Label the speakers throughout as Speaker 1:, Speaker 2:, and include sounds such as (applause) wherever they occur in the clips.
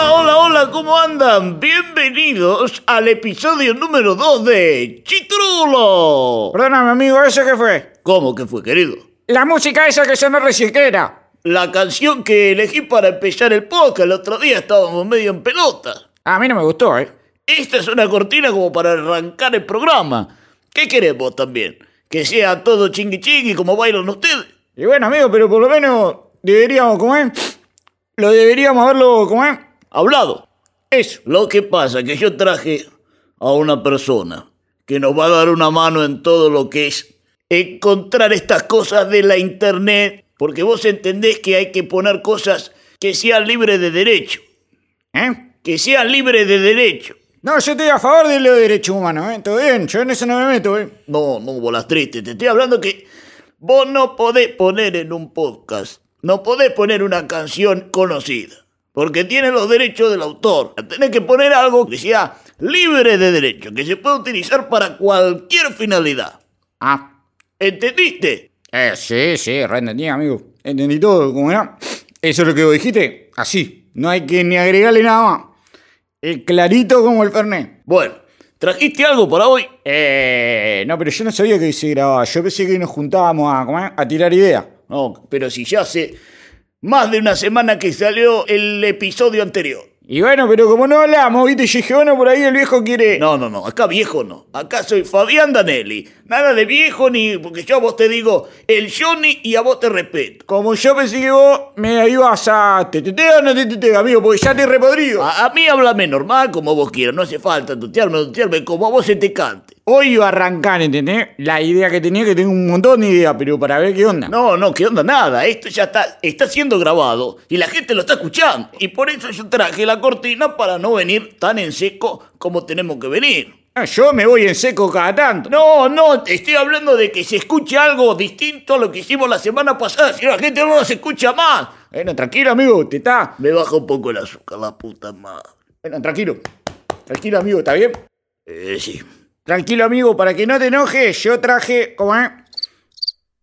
Speaker 1: Hola, ¿cómo andan? Bienvenidos al episodio número 2 de Chitrulo.
Speaker 2: Perdóname, amigo, ¿eso qué fue?
Speaker 1: ¿Cómo que fue, querido?
Speaker 2: La música esa que sonó recién que era.
Speaker 1: La canción que elegí para empezar el podcast el otro día estábamos medio en pelota.
Speaker 2: A mí no me gustó, ¿eh?
Speaker 1: Esta es una cortina como para arrancar el programa. ¿Qué queremos también? ¿Que sea todo chingui chingui como bailan ustedes?
Speaker 2: Y bueno, amigo, pero por lo menos deberíamos, ¿cómo es? Lo deberíamos haberlo, ¿cómo es?
Speaker 1: Hablado. Es lo que pasa que yo traje a una persona que nos va a dar una mano en todo lo que es encontrar estas cosas de la internet, porque vos entendés que hay que poner cosas que sean libres de derecho,
Speaker 2: ¿Eh?
Speaker 1: que sean libres de derecho.
Speaker 2: No, yo estoy a favor de los derechos humanos, ¿eh? Todo bien, yo en eso no me meto, ¿eh?
Speaker 1: No, no, bolas tristes, te estoy hablando que vos no podés poner en un podcast, no podés poner una canción conocida, porque tiene los derechos del autor. Tenés que poner algo que sea libre de derecho, que se pueda utilizar para cualquier finalidad.
Speaker 2: Ah.
Speaker 1: ¿Entendiste?
Speaker 2: Eh, sí, sí, re entendí, amigo. Entendí todo, ¿cómo era? Eso es lo que vos dijiste, así. No hay que ni agregarle nada más. Eh, clarito como el Fernet.
Speaker 1: Bueno, ¿trajiste algo para hoy?
Speaker 2: Eh, no, pero yo no sabía que se grababa. Yo pensé que nos juntábamos a, ¿cómo es? a tirar ideas.
Speaker 1: No, pero si ya hace más de una semana que salió el episodio anterior.
Speaker 2: Y bueno, pero como no hablamos, viste, yo dije, bueno, por ahí el viejo
Speaker 1: (laughs)
Speaker 2: quiere.
Speaker 1: No, no, no, acá viejo no. Acá soy Fabián Danelli. Nada de viejo ni. Porque yo a vos te digo el Johnny y a vos te respeto.
Speaker 2: Como yo pensé que vos me ibas a te teteo o no te teteo, amigo, porque ya te repodrido.
Speaker 1: A, a mí háblame normal como vos quieras. No hace falta tutearme, tutearme como a vos se te cante.
Speaker 2: Hoy iba a arrancar, ¿entendés? La idea que tenía, que tengo un montón de ideas, pero para ver qué onda.
Speaker 1: No, no, qué onda nada. Esto ya está, está siendo grabado y la gente lo está escuchando. Y por eso yo traje la cortina para no venir tan en seco como tenemos que venir.
Speaker 2: Ah, Yo me voy en seco cada tanto.
Speaker 1: No, no, te estoy hablando de que se escuche algo distinto a lo que hicimos la semana pasada, si no, la gente no nos escucha más.
Speaker 2: Bueno, tranquilo, amigo, te está.
Speaker 1: Me baja un poco el azúcar, la puta madre.
Speaker 2: Bueno, tranquilo. Tranquilo, amigo, ¿está bien?
Speaker 1: Eh, sí.
Speaker 2: Tranquilo, amigo, para que no te enojes, yo traje, ¿cómo es?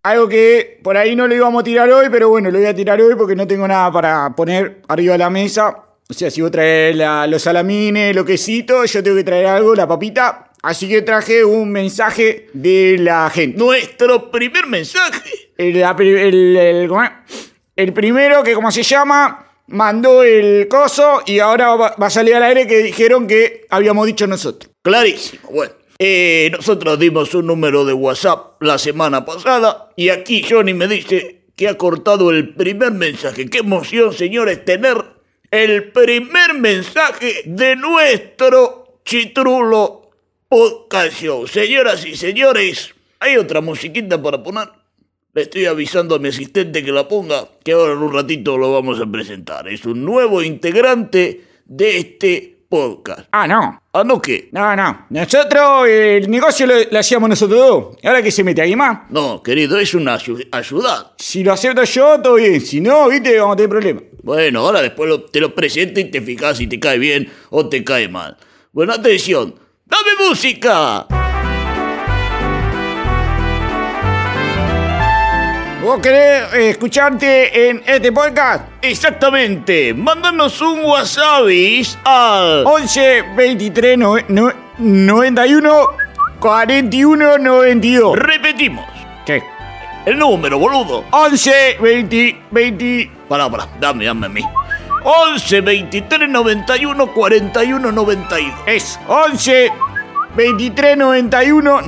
Speaker 2: Algo que por ahí no lo íbamos a tirar hoy, pero bueno, lo voy a tirar hoy porque no tengo nada para poner arriba de la mesa. O sea, si vos traes la- los salamines, lo quesito, yo tengo que traer algo, la papita. Así que traje un mensaje de la gente.
Speaker 1: Nuestro primer mensaje.
Speaker 2: El, la pri- el- el- ¿cómo es? El primero, que como se llama, mandó el coso y ahora va, va a salir al aire que dijeron que habíamos dicho nosotros.
Speaker 1: Clarísimo, bueno. Eh, nosotros dimos un número de WhatsApp la semana pasada y aquí Johnny me dice que ha cortado el primer mensaje. Qué emoción, señores, tener el primer mensaje de nuestro chitrulo podcast show. Señoras y señores, hay otra musiquita para poner. Le estoy avisando a mi asistente que la ponga, que ahora en un ratito lo vamos a presentar. Es un nuevo integrante de este podcast.
Speaker 2: Ah, no.
Speaker 1: ¿Ah, no qué?
Speaker 2: No, no. Nosotros eh, el negocio lo, lo hacíamos nosotros dos. Ahora que se mete alguien más.
Speaker 1: No, querido, es una ayu- ayuda.
Speaker 2: Si lo acepto yo, todo bien. Si no, viste, vamos a tener problemas.
Speaker 1: Bueno, ahora después lo- te lo presento y te fijas si te cae bien o te cae mal. Bueno, atención, dame música.
Speaker 2: ¿Vos querés eh, escucharte en este podcast?
Speaker 1: Exactamente, mándanos un wasabi al...
Speaker 2: 11 23 no- no- 91 41 92.
Speaker 1: Repetimos,
Speaker 2: ¿Qué?
Speaker 1: el número, boludo.
Speaker 2: 11 20 20.
Speaker 1: Pará, pará, dame, dame a mí. 11 23 91 41 92.
Speaker 2: Es 11 23 91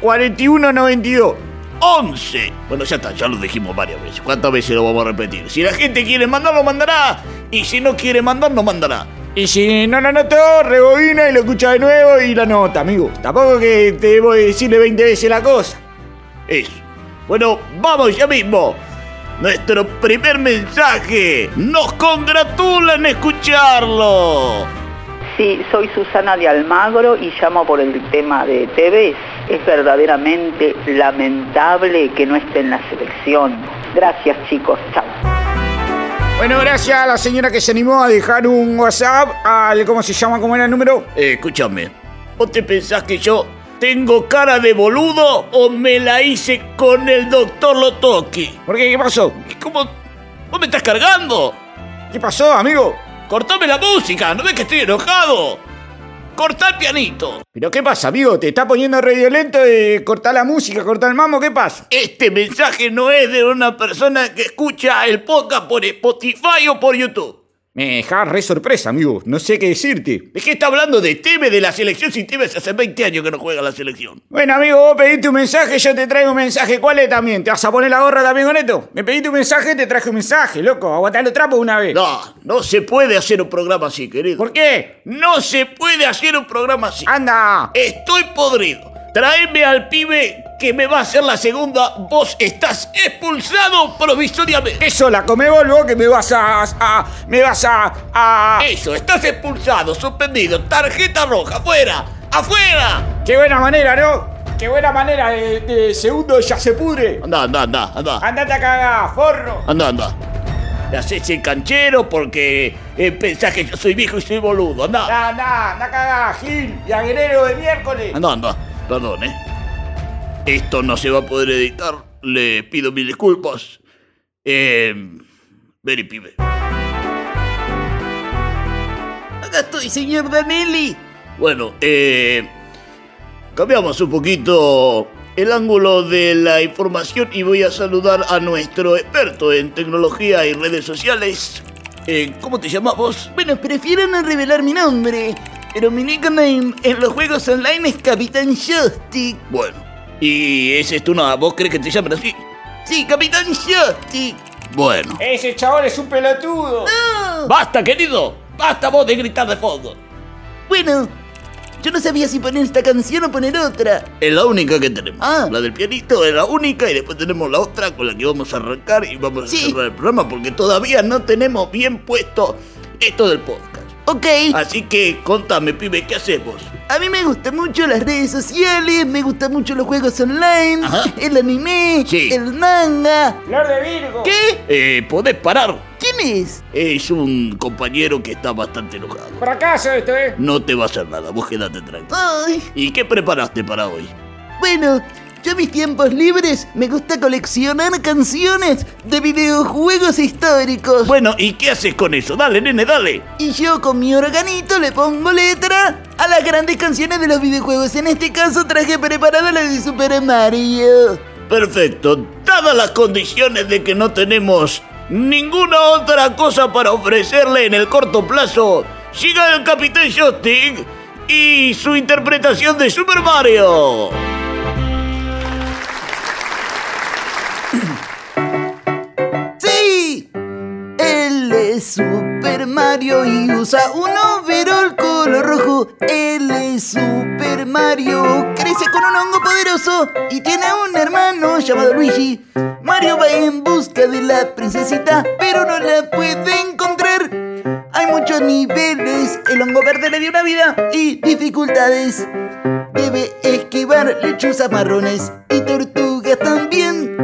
Speaker 2: 41 92.
Speaker 1: 11. Bueno, ya está, ya lo dijimos varias veces. ¿Cuántas veces lo vamos a repetir? Si la gente quiere mandar, lo mandará. Y si no quiere mandar, no mandará.
Speaker 2: Y si no la anotó, rebobina y lo escucha de nuevo y la nota, amigo. Tampoco que te voy a decirle 20 veces la cosa.
Speaker 1: Eso. Bueno, vamos ya mismo. Nuestro primer mensaje. Nos congratulan escucharlo.
Speaker 3: Sí, soy Susana de Almagro y llamo por el tema de TV. Es verdaderamente lamentable que no esté en la selección. Gracias chicos, chao.
Speaker 2: Bueno, gracias a la señora que se animó a dejar un WhatsApp al, ¿cómo se llama? ¿Cómo era el número?
Speaker 1: Eh, escúchame. ¿Vos te pensás que yo tengo cara de boludo o me la hice con el doctor Lotoki?
Speaker 2: ¿Por qué? ¿Qué pasó?
Speaker 1: ¿Cómo? ¿Vos me estás cargando?
Speaker 2: ¿Qué pasó, amigo?
Speaker 1: ¡Cortame la música! ¿No ves que estoy enojado? ¡Cortá el pianito!
Speaker 2: ¿Pero qué pasa, amigo? ¿Te está poniendo re violento de cortar la música, cortar el mambo? ¿Qué pasa?
Speaker 1: Este mensaje no es de una persona que escucha el podcast por Spotify o por YouTube.
Speaker 2: Me dejás re sorpresa, amigo. No sé qué decirte.
Speaker 1: ¿De qué está hablando de Tevez de la selección si Tevez hace 20 años que no juega la selección?
Speaker 2: Bueno, amigo, vos pediste un mensaje, yo te traigo un mensaje. ¿Cuál es también? ¿Te vas a poner la gorra también con esto? Me pediste un mensaje, te traje un mensaje, loco. Aguantá los trapos una vez.
Speaker 1: No, no se puede hacer un programa así, querido.
Speaker 2: ¿Por qué?
Speaker 1: No se puede hacer un programa así.
Speaker 2: Anda.
Speaker 1: Estoy podrido. Traeme al pibe que me va a hacer la segunda. Vos estás expulsado provisoriamente.
Speaker 2: Eso la come vos, que me vas a, a- Me vas a... a...
Speaker 1: Eso, estás expulsado, suspendido, tarjeta roja, afuera, afuera.
Speaker 2: Qué buena manera, ¿no? Qué buena manera de, de segundo ya se pudre.
Speaker 1: Anda, anda, anda, anda.
Speaker 2: Andate a cagar, forro.
Speaker 1: Anda, anda. Le haces el canchero porque eh, pensás que yo soy viejo y soy boludo. Anda,
Speaker 2: Anda, anda, anda a cagar, Gil y aguerero de miércoles.
Speaker 1: anda, anda. Perdón, eh. Esto no se va a poder editar. Le pido mil disculpas. Eh, vení, pibe.
Speaker 4: Acá estoy, señor Danelli.
Speaker 1: Bueno, eh, cambiamos un poquito el ángulo de la información y voy a saludar a nuestro experto en tecnología y redes sociales. Eh, ¿Cómo te llamas vos?
Speaker 4: Bueno, prefiero no revelar mi nombre, pero mi nickname en los juegos online es Capitán Joystick.
Speaker 1: Bueno, ¿y ese es tu nada? ¿Vos crees que te llaman así?
Speaker 4: Sí, Capitán Joystick.
Speaker 1: Bueno.
Speaker 2: Ese chabón es un pelotudo.
Speaker 4: No.
Speaker 1: ¡Basta, querido! ¡Basta vos de gritar de fondo!
Speaker 4: Bueno, yo no sabía si poner esta canción o poner otra.
Speaker 1: Es la única que tenemos.
Speaker 4: Ah.
Speaker 1: La del pianito es la única y después tenemos la otra con la que vamos a arrancar y vamos a
Speaker 4: Sí.
Speaker 1: cerrar el programa porque todavía no tenemos bien puesto esto del podcast.
Speaker 4: Ok,
Speaker 1: Así que contame, pibe, ¿qué hacemos?
Speaker 4: a mí me gustan mucho las redes sociales, me gustan mucho los juegos online,
Speaker 1: Ajá.
Speaker 4: el anime,
Speaker 1: Sí.
Speaker 4: el manga.
Speaker 2: Flor de Virgo.
Speaker 4: ¿Qué?
Speaker 1: Eh, ¿Podés parar?
Speaker 4: ¿Quién es?
Speaker 1: Es un compañero que está bastante enojado.
Speaker 2: Fracaso esto, eh.
Speaker 1: No te va a hacer nada, vos quédate tranquilo.
Speaker 4: Ay.
Speaker 1: ¿Y qué preparaste para hoy?
Speaker 4: Bueno, yo en mis tiempos libres me gusta coleccionar canciones de videojuegos históricos.
Speaker 1: Bueno, ¿y qué haces con eso? Dale, nene, dale.
Speaker 4: Y yo con mi organito le pongo letra a las grandes canciones de los videojuegos. En este caso traje preparada la de Super Mario.
Speaker 1: Perfecto, dadas las condiciones de que no tenemos ninguna otra cosa para ofrecerle en el corto plazo, llega el Capitán Joystick y su interpretación de Super Mario.
Speaker 4: ¡Sí! Él es Super Mario y usa un overol color rojo. Él es Super Mario. Crece con un hongo poderoso y tiene un hermano llamado Luigi. Mario va en busca de la princesita, pero no la puede encontrar. Hay muchos niveles, el hongo verde le dio una vida y dificultades. Debe esquivar lechuzas marrones y tortugas también.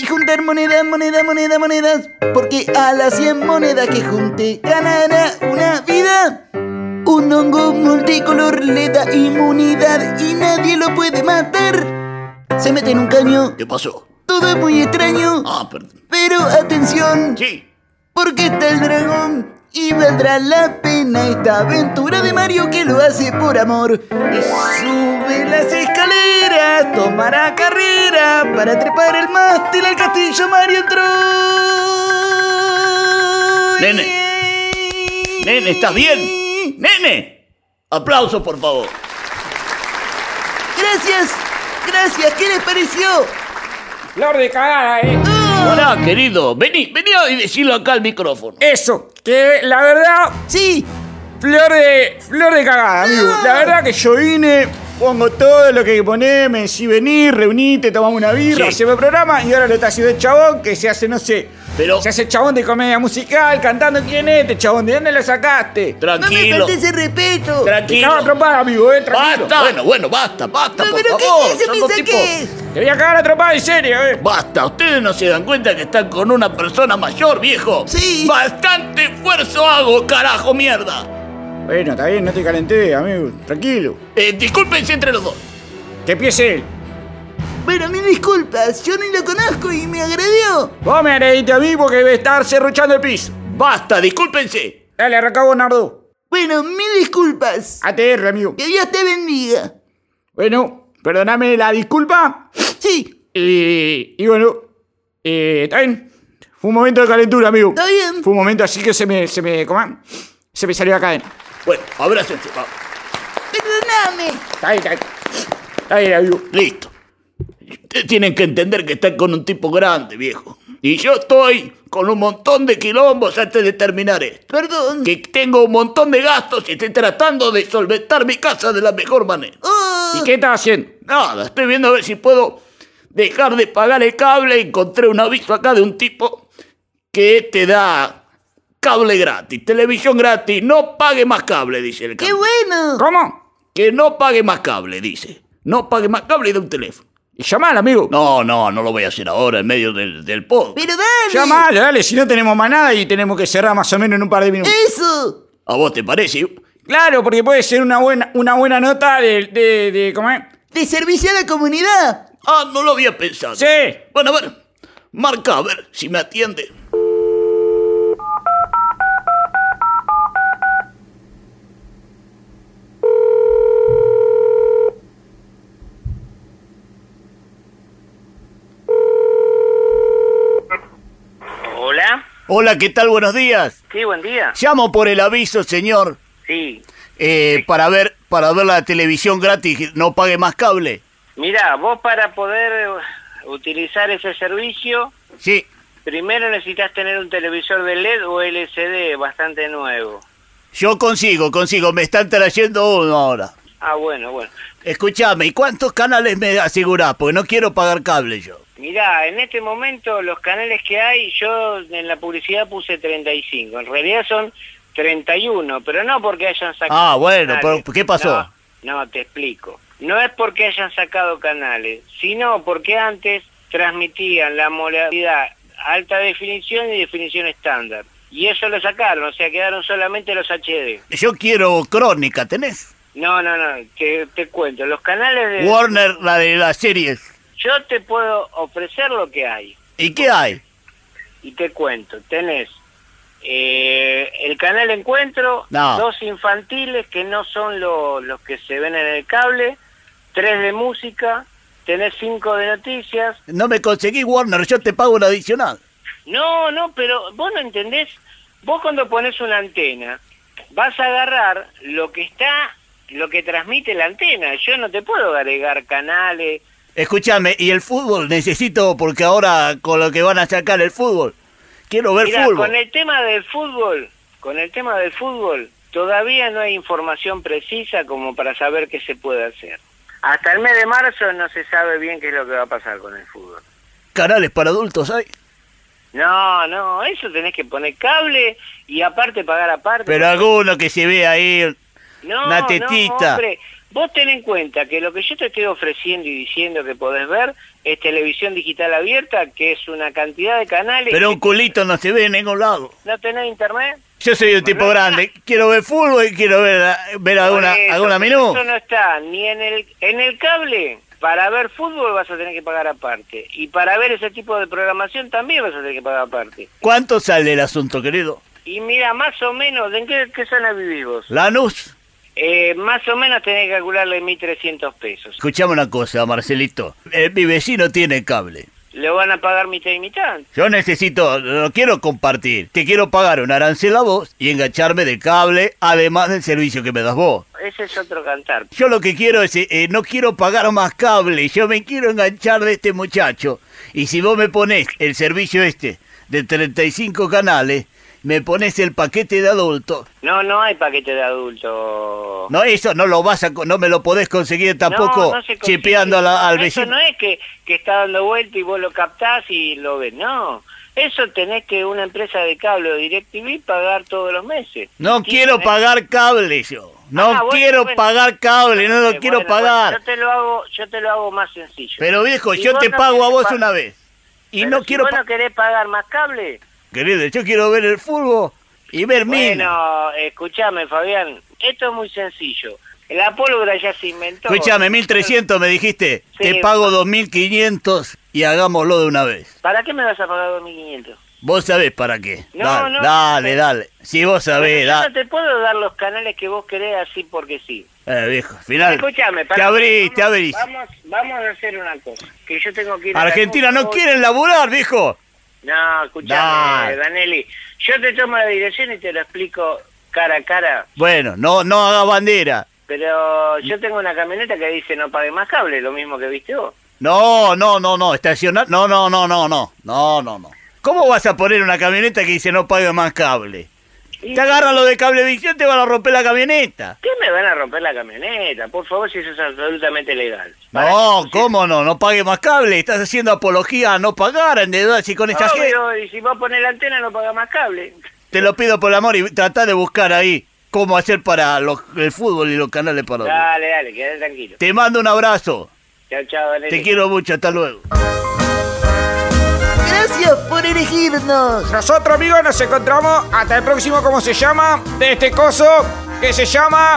Speaker 4: Y juntar monedas, monedas, monedas, monedas. Porque a las 100 monedas que junte ganará una vida. Un hongo multicolor le da inmunidad y nadie lo puede matar. Se mete en un caño,
Speaker 1: ¿Qué pasó?
Speaker 4: todo es muy extraño.
Speaker 1: Ah, perdón.
Speaker 4: Pero atención,
Speaker 1: Sí,
Speaker 4: porque está el dragón y valdrá la pena esta aventura de Mario que lo hace por amor. Y sube las escaleras, tomará carrera para trepar el mástil al castillo Mario entró.
Speaker 1: Nene. nene, ¿estás bien? ¡Nene! Aplausos, por favor.
Speaker 4: Gracias, gracias, ¿qué les pareció?
Speaker 2: Flor de cagada, eh.
Speaker 4: Ah,
Speaker 1: Hola, querido. Vení, vení y decilo acá al micrófono.
Speaker 2: Eso, que la verdad,
Speaker 4: sí,
Speaker 2: flor de. flor de cagada, amigo. La verdad que yo vine, pongo todo lo que ponés, me decí venir, reunite, tomamos una birra,
Speaker 1: Sí.
Speaker 2: hacemos el programa y ahora lo está haciendo el chabón que se hace, no sé.
Speaker 1: Pero-
Speaker 2: Se hace el chabón de comedia musical, cantando quién es este chabón, ¿de dónde lo sacaste?
Speaker 4: no me
Speaker 1: Tranquilo.
Speaker 4: faltes ese respeto.
Speaker 2: Te cago a
Speaker 1: Tranquilo.
Speaker 2: trompar, amigo, eh, tranquilo.
Speaker 1: Basta. Bueno, bueno, basta, basta,
Speaker 4: No,
Speaker 1: por
Speaker 4: pero ¿qué
Speaker 1: favor.
Speaker 4: se
Speaker 1: Son
Speaker 4: piensa
Speaker 1: dos tipos-
Speaker 4: que es?
Speaker 2: Te voy a cagar a trompar, en serio, eh.
Speaker 1: Basta, ustedes no se dan cuenta que están con una persona mayor, viejo.
Speaker 4: Sí.
Speaker 1: Bastante esfuerzo hago, carajo, mierda.
Speaker 2: Bueno, está bien, no te calenté, amigo, tranquilo.
Speaker 1: Eh, discúlpense entre los dos.
Speaker 2: Que empiece él.
Speaker 4: Bueno, mil disculpas, yo ni lo conozco y me agredió.
Speaker 2: Vos me agrediste a mí porque debe estar cerruchando el piso.
Speaker 1: Basta, discúlpense.
Speaker 2: Dale, arranca vos, Nardo.
Speaker 4: Bueno, mil disculpas.
Speaker 2: ATR, amigo.
Speaker 4: Que Dios te bendiga.
Speaker 2: Bueno, perdoname la disculpa.
Speaker 4: Sí,
Speaker 2: Y, y bueno, eh, está bien. Fue un momento de calentura, amigo.
Speaker 4: Está bien.
Speaker 2: Fue un momento así que se me, se me, ¿cómo? Se me salió la cadena.
Speaker 1: Bueno, abrácense. va.
Speaker 4: perdóname.
Speaker 2: Está bien, está bien. Está bien, amigo.
Speaker 1: Listo. Ustedes tienen que entender que están con un tipo grande, viejo. Y yo estoy con un montón de quilombos antes de terminar esto.
Speaker 4: Perdón.
Speaker 1: Que tengo un montón de gastos y estoy tratando de solventar mi casa de la mejor manera.
Speaker 4: Oh,
Speaker 2: ¿Y qué estás haciendo?
Speaker 1: Nada, estoy viendo a ver si puedo dejar de pagar el cable. Encontré un aviso acá de un tipo que te da cable gratis, televisión gratis. No pague más cable, dice el
Speaker 4: qué
Speaker 1: cable.
Speaker 4: bueno.
Speaker 2: ¿Cómo?
Speaker 1: Que no pague más cable, dice. No pague más cable y da un teléfono.
Speaker 2: Y llamala, amigo.
Speaker 1: No, no, no lo voy a hacer ahora en medio del, del pod.
Speaker 4: Pero dale.
Speaker 2: Llamala, dale, si no tenemos más nada y tenemos que cerrar más o menos en un par de minutos.
Speaker 4: Eh. Eso.
Speaker 1: ¿A vos te parece?
Speaker 2: Claro, porque puede ser una buena, una buena nota de, de, de ¿cómo es?
Speaker 4: De servicio a la comunidad.
Speaker 1: Ah, no lo había pensado.
Speaker 2: Sí.
Speaker 1: Bueno, a ver. Marca, a ver si me atiende.
Speaker 5: Hola.
Speaker 1: Hola, ¿qué tal? Buenos días.
Speaker 5: Sí, buen día.
Speaker 1: Llamo por el aviso, señor.
Speaker 5: Sí.
Speaker 1: Eh, para ver para ver la televisión gratis, no pague más cable.
Speaker 5: Mira, vos para poder eh, utilizar ese servicio,
Speaker 1: Sí.
Speaker 5: primero necesitas tener un televisor de LED o LCD bastante nuevo.
Speaker 1: Yo consigo, consigo. Me están trayendo uno ahora.
Speaker 5: Ah, bueno, bueno.
Speaker 1: Escúchame, ¿y cuántos canales me asegurás? Porque no quiero pagar cable yo.
Speaker 5: Mirá, en este momento los canales que hay, yo en la publicidad puse 35. En realidad son 31, pero no porque hayan sacado.
Speaker 1: Ah, bueno,
Speaker 5: canales.
Speaker 1: pero ¿qué pasó?
Speaker 5: No, no, te explico. No es porque hayan sacado canales, sino porque antes transmitían la modalidad alta definición y definición estándar. Y eso lo sacaron, o sea, quedaron solamente los HD.
Speaker 1: Yo quiero Crónica, ¿tenés?
Speaker 5: No, no, no, te, te cuento. Los canales de...
Speaker 1: Warner, la de las series.
Speaker 5: Yo te puedo ofrecer lo que hay.
Speaker 1: ¿Y qué hay?
Speaker 5: y te cuento, tenés eh, el canal Encuentro,
Speaker 1: No.
Speaker 5: dos infantiles que no son lo- los que se ven en el cable, tres de música, tenés cinco de noticias.
Speaker 1: No me conseguí Warner, yo te pago el adicional.
Speaker 5: No, no, pero vos no entendés, vos cuando pones una antena, vas a agarrar lo que está, lo que transmite la antena. Yo no te puedo agregar canales.
Speaker 1: Escúchame, ¿y el fútbol? Necesito, porque ahora con lo que van a sacar el fútbol, quiero ver
Speaker 5: Mirá,
Speaker 1: fútbol.
Speaker 5: con el tema del fútbol, con el tema del fútbol, todavía no hay información precisa como para saber qué se puede hacer. Hasta el mes de marzo no se sabe bien qué es lo que va a pasar con el fútbol.
Speaker 1: ¿Canales para adultos hay?
Speaker 5: No, no, eso tenés que poner cable y aparte pagar aparte.
Speaker 1: Pero alguno que se ve ahí.
Speaker 5: no,
Speaker 1: una
Speaker 5: no,
Speaker 1: tetita.
Speaker 5: hombre, vos ten en cuenta que lo que yo te estoy ofreciendo y diciendo que podés ver es televisión digital abierta, que es una cantidad de canales.
Speaker 1: Pero
Speaker 5: que-
Speaker 1: un culito no se ve en ningún lado.
Speaker 5: ¿No tenés internet?
Speaker 1: Yo soy un tipo grande. Quiero ver fútbol y quiero ver, ver alguna,
Speaker 5: Por eso,
Speaker 1: alguna
Speaker 5: pero
Speaker 1: menú.
Speaker 5: Eso no está ni en el, en el cable. Para ver fútbol vas a tener que pagar aparte. Y para ver ese tipo de programación también vas a tener que pagar aparte.
Speaker 1: ¿Cuánto sale el asunto, querido?
Speaker 5: Y mira, más o menos, ¿en qué, qué zona vivís vos?
Speaker 1: Lanús.
Speaker 5: Eh, más o menos tenés que calcularle 1.300 pesos.
Speaker 1: Escuchame una cosa, Marcelito. Eh, mi vecino tiene cable.
Speaker 5: ¿Lo van a pagar mitad y mitad?
Speaker 1: Yo necesito, no quiero compartir. Te quiero pagar un arancel a vos y engancharme del cable, además del servicio que me das vos.
Speaker 5: Ese es otro cantar.
Speaker 1: Yo lo que quiero es, eh, eh, no quiero pagar más cable, yo me quiero enganchar de este muchacho. Y si vos me ponés el servicio este de 35 canales, me pones el paquete de adulto,
Speaker 5: No, no hay paquete de adulto.
Speaker 1: no eso no lo vas a, co- no me lo podés conseguir tampoco
Speaker 5: No, no se consigue.
Speaker 1: chipeando a la- al
Speaker 5: Eso
Speaker 1: vecino.
Speaker 5: no es que, que está dando vuelta y vos lo captás y lo ves. No, eso tenés que una empresa de cable o DirecTV pagar todos los meses.
Speaker 1: No, quiero
Speaker 5: Tiene-
Speaker 1: pagar cable yo. No
Speaker 5: eh. Ah, bueno,
Speaker 1: quiero
Speaker 5: bueno.
Speaker 1: pagar cable, no lo
Speaker 5: Eh,
Speaker 1: quiero
Speaker 5: bueno,
Speaker 1: pagar.
Speaker 5: bueno, yo, te lo hago, yo te lo hago más sencillo.
Speaker 1: Pero viejo,
Speaker 5: Si
Speaker 1: yo
Speaker 5: vos
Speaker 1: te
Speaker 5: no
Speaker 1: pago a
Speaker 5: querés
Speaker 1: vos
Speaker 5: pa-
Speaker 1: una vez. Y
Speaker 5: Pero
Speaker 1: no
Speaker 5: si
Speaker 1: quiero
Speaker 5: vos
Speaker 1: pa-
Speaker 5: no querés pagar más cable?
Speaker 1: Querido, yo quiero ver el fútbol y ver mina.
Speaker 5: Bueno, escúchame, Fabián. Esto es muy sencillo. La pólvora ya se inventó.
Speaker 1: Escuchame, 1300 me dijiste.
Speaker 5: Sí.
Speaker 1: Te pago 2500 y hagámoslo de una vez.
Speaker 5: ¿Para qué me vas a pagar 2.500?
Speaker 1: Vos sabés para qué.
Speaker 5: No,
Speaker 1: dale,
Speaker 5: no.
Speaker 1: dale, dale. Si vos sabés,
Speaker 5: Pero yo no
Speaker 1: dale.
Speaker 5: te puedo dar los canales que vos querés así porque sí.
Speaker 1: Eh, viejo, final.
Speaker 5: Escúchame,
Speaker 1: te
Speaker 5: pará.
Speaker 1: abrís,
Speaker 5: Vamos-
Speaker 1: te abrís.
Speaker 5: Vamos, vamos a hacer una cosa. Que yo tengo que ir a la
Speaker 1: Argentina no
Speaker 5: compu.
Speaker 1: quieren laburar, viejo.
Speaker 5: No, escuchame,
Speaker 1: Dale.
Speaker 5: Danelli. Yo te tomo la dirección y te lo explico cara a cara.
Speaker 1: Bueno, no, no haga bandera.
Speaker 5: Pero yo tengo una camioneta que dice no pague más cable, lo mismo que viste vos.
Speaker 1: No, no, no, no. Estacionar. No, no, no, no, no. No, no, no. ¿Cómo vas a poner una camioneta que dice no pague más cable?
Speaker 5: Y-
Speaker 1: Te agarran lo de cablevisión, te van a romper la camioneta.
Speaker 5: ¿Qué me van a romper la camioneta? Por favor, si eso es absolutamente legal. Para
Speaker 1: No,
Speaker 5: que-
Speaker 1: ¿cómo no? No pague más cable. Estás haciendo apología a no pagar, endeudar si con esta
Speaker 5: Obvio,
Speaker 1: gente.
Speaker 5: y si vos pones la antena no paga más cable.
Speaker 1: Te lo pido por amor y tratá de buscar ahí cómo hacer para los- el fútbol y los canales para dormir.
Speaker 5: Dale, dale, quédate tranquilo.
Speaker 1: Te mando un abrazo.
Speaker 5: Chao, chao, Danelli.
Speaker 1: Te quiero mucho. Hasta luego.
Speaker 4: Gracias por elegirnos.
Speaker 2: Nosotros, amigos, nos encontramos hasta el próximo, ¿cómo se llama? De este coso que se llama...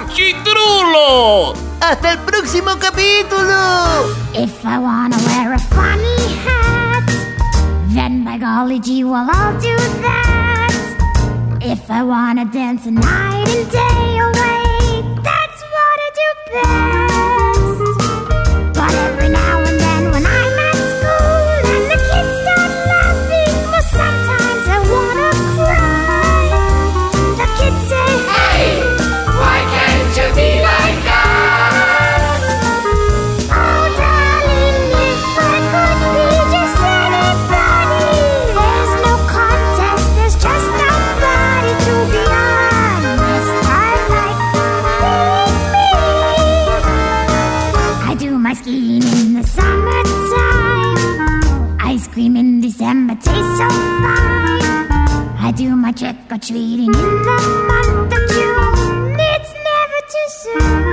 Speaker 4: Hasta el próximo capítulo.
Speaker 6: If I wanna wear a funny hat, then by golly gee, well, I'll do that. If I wanna dance night and day away, that's what I do best. But every now and then when I'm at school and the kids start laughing, well, sometimes I wanna cry. The kids say, Hey, why can't you be like us? Oh darling, if I could be just anybody, there's no contest, there's just nobody to be honest. I like being me. I do my skiing in the summertime. Ice cream in December tastes so fine. I do my trick or treating in the month of June. It's never too soon. Oh,